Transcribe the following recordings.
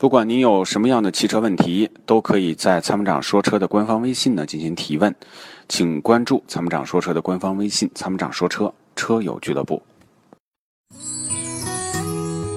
不管您有什么样的汽车问题，都可以在参谋长说车的官方微信呢进行提问，请关注参谋长说车的官方微信“参谋长说车车友俱乐部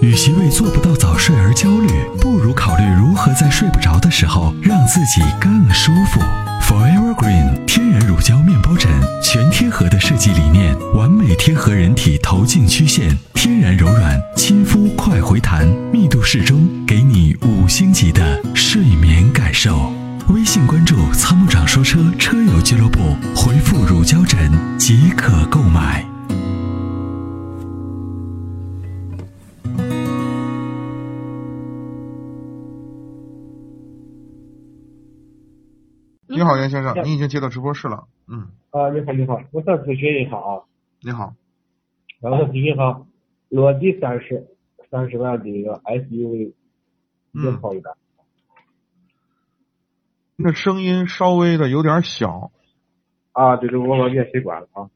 与其为做不到早睡而焦虑，不如考虑如何在睡不着的时候让自己更舒服。Forever Green 天然乳胶面包枕，全贴合的设计理念，完美贴合人体头颈曲线，天然柔软，亲肤快回弹，密度适中，给你五星级的睡眠感受。微信关注“参谋长说车”车友俱乐部，回复“乳胶枕”即可购买。”。你好，袁先嗯生，您已经接到直播室了。嗯，啊，你好，你好，我想咨询一下啊，你好，我想咨询一下，落地三十三十万的一个 SUV，也嗯，好一点。那声音稍微的有点小。啊，这个我老免习惯了啊。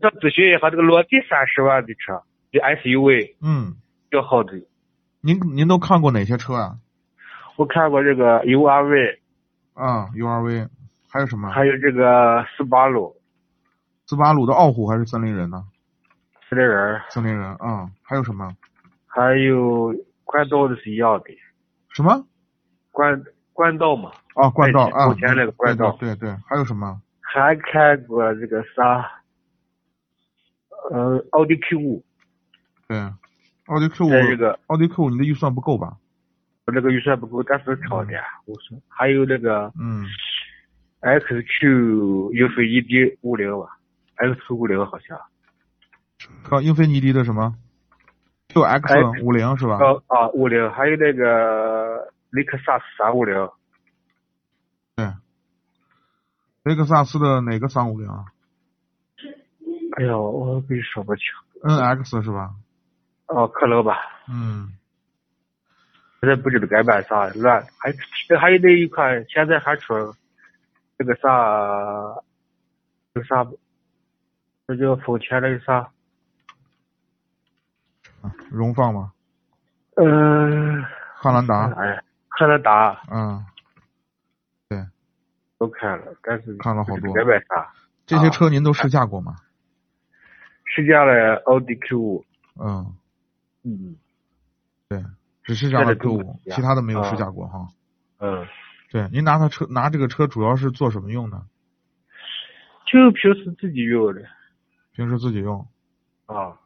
想咨询一下这个落地三十万的车，这 SUV 嗯，较好的，您您都看过哪些车啊？我看过这个 URV，啊，URV，还有什么？还有这个斯巴鲁斯巴鲁的傲虎还是森林人呢？四零人，森林人啊、还有什么？还有冠道的是一样的，什么？冠冠道嘛，啊，冠道哎啊，目前那个冠道对对对，还有什么？还看过这个啥，呃，奥迪 Q 五，对，奥迪 Q 五，还有这个奥迪 Q 五，你的预算不够吧？我这个预算不够，但是超的，我说还有那个嗯， X 九英菲尼迪五零吧，X 五零好像，啊刚英菲尼迪的什么哎？QX 五零是吧？啊啊五零，还有那个雷克萨斯三五零，雷克萨斯的哪个三五零啊哎呀，我跟你说不清， ？NX 是吧？啊可能吧，嗯，现在不知道该买啥，乱，还还有那一款，现在还出这个啥，这个啥，这叫丰田那个啥，啊荣放吧，啊嗯、汉兰达，哎呀，汉兰达嗯，都看了，但是看了好多不知道该买啥。这啊些车您都试驾过吗？试驾了奥迪 Q 五，嗯，嗯对，只试驾了现在都 Q 不五，试驾其他的没有试驾过哈。嗯，对，您拿它车拿这个车主要是做什么用的？就平时自己用的平时自己用。啊，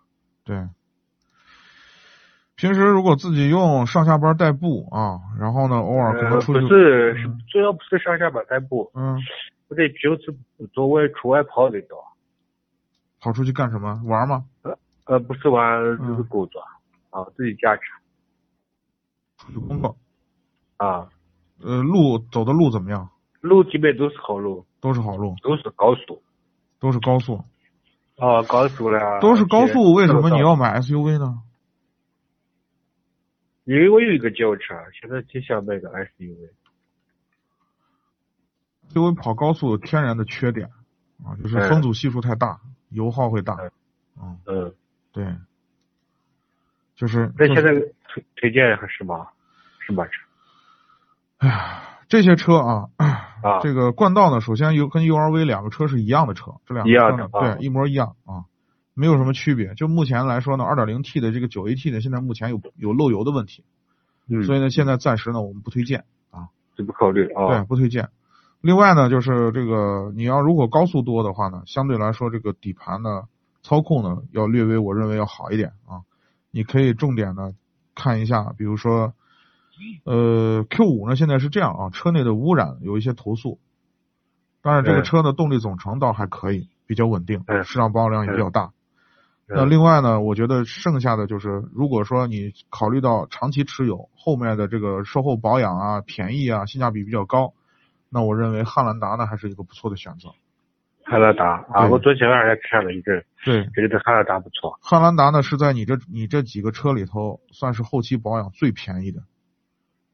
对，平时如果自己用，上下班代步啊，然后呢，偶尔可能呃出不去，是嗯主要不是上下班代步，嗯，我得平时做外出外跑的多，跑出去干什么？玩吗？呃，不是玩嗯就是工作、啊，自己驾车出去工作。啊，呃，路走的路怎么样？路基本都是好路，都是好路，都是高速都是高速，啊，高速了，都是高速，为什么你车道？要买 SUV 呢？因为我有一个轿车，现在就想买个 SUV，因为跑高速有天然的缺点啊，就是嗯风阻系数太大，油耗会大嗯。嗯，嗯，对，就是那就现在是推推荐一下什么什么车这些车啊，啊？这个冠道呢，首先有跟 URV 两个车是一样的车，这两个一样车的呢，啊对，一模一样啊，没有什么区别。就目前来说呢，2.0T 的这个 9AT 呢，现在目前有有漏油的问题，嗯，所以呢，现在暂时呢，我们不推荐。就不考虑对，啊，不推荐。另外呢，就是这个你要如果高速多的话呢，相对来说这个底盘呢、操控呢要略微我认为要好一点啊。你可以重点呢看一下，比如说，呃，Q 五呢现在是这样啊，车内的污染有一些投诉，但是这个对车呢动力总成倒还可以，比较稳定，对市场保有量也比较大。那嗯另外呢，我觉得剩下的就是，如果说你考虑到长期持有，后面的这个售后保养啊、便宜啊、性价比比较高，那我认为汉兰达呢还是一个不错的选择。汉兰达啊，对我昨天晚上也看了一阵，对，觉得汉兰达不错。汉兰达呢是在你这你这几个车里头算是后期保养最便宜的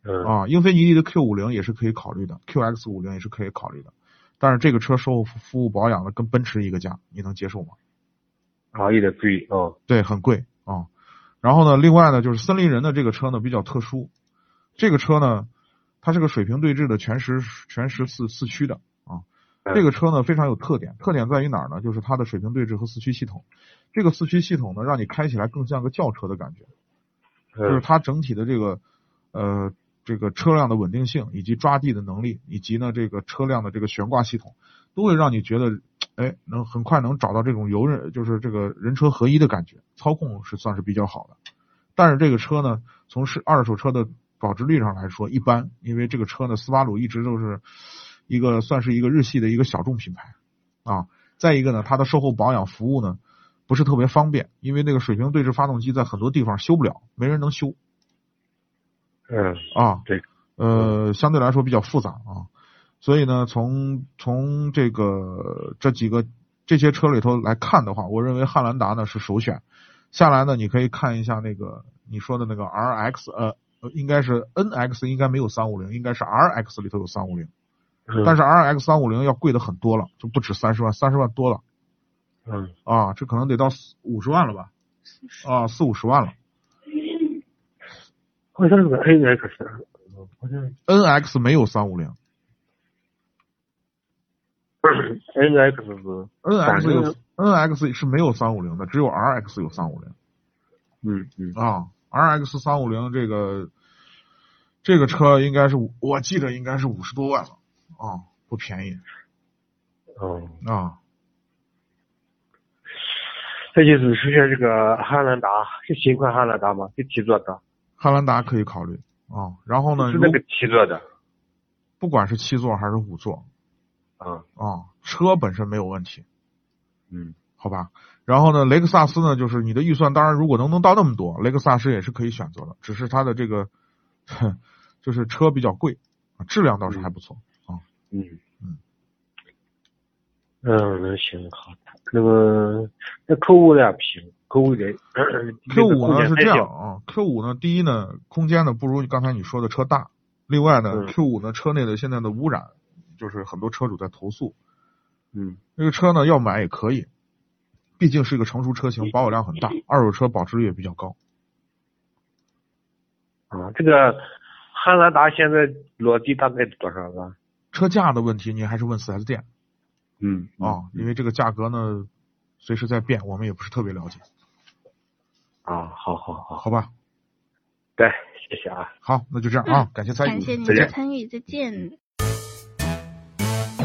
嗯，啊。英菲尼迪的 Q 5 0也是可以考虑的，QX 5 0也是可以考虑的，但是这个车售后服服务保养呢跟奔驰一个价，你能接受吗？啊，有点贵哦。对，很贵啊、然后呢，另外呢，就是森林人的这个车呢比较特殊，这个车呢，它是个水平对置的全时全时四四驱的啊。嗯这个车呢非常有特点，特点在于哪儿呢？就是它的水平对置和四驱系统。这个四驱系统呢，让你开起来更像个轿车的感觉，就是嗯它整体的这个呃这个车辆的稳定性，以及抓地的能力，以及呢这个车辆的这个悬挂系统，都会让你觉得哎能很快能找到这种游人就是这个人车合一的感觉，操控是算是比较好的。但是这个车呢，从是二手车的保值率上来说一般，因为这个车呢，斯巴鲁一直都是一个算是一个日系的一个小众品牌啊。再一个呢，它的售后保养服务呢不是特别方便，因为那个水平对置发动机在很多地方修不了，没人能修嗯啊。对，呃，相对来说比较复杂啊。所以呢，从从这个这几个这些车里头来看的话，我认为汉兰达呢是首选。下来呢，你可以看一下那个你说的那个 R X，呃，呃应该是 N X，应该没有三五零，应该是 R X 里头有三五零，嗯但是 R X 三五零要贵的很多了，就不止三十万，三十万多了嗯啊，这可能得到五十万了吧？啊，四五十万了。好像是个呃 NX，好像 N X 没有三五零 NX 是，N 反 X 正有 N X 是没有三五零的，只有 R X 有三五零。嗯嗯啊，RX 三五零这个这个车应该是五我记得应该是五十多万了啊，不便宜哦，啊。这就是出现这个汉兰达，是新款汉兰达吗？是七座的，汉兰达可以考虑啊，然后呢，是如那个七座的不管是七座还是五座啊，啊，车本身没有问题，嗯好吧。然后呢，雷克萨斯呢，就是你的预算当然如果能能到那么多，雷克萨斯也是可以选择的，只是它的这个 就是车比较贵，啊质量倒是还不错。嗯嗯嗯，嗯，行好，那个那 Q 五呢不行，Q 五的 Q 五呢是这样，啊，Q 五呢，第一呢，空间呢不如刚才你说的车大，另外呢嗯，Q 五呢车内的现在的污染，就是很多车主在投诉，嗯这个车呢要买也可以，毕竟是一个成熟车型，保有量 很大，二手车保值率也比较高。啊，这个汉兰达现在落地大概多少个？车价的问题您还是问 4S 店嗯啊，因为这个价格呢随时在变，我们也不是特别了解，啊，好好好，好吧？对，谢谢啊。好，那就这样啊，感谢参嗯与，感谢您再的见。参与，再见。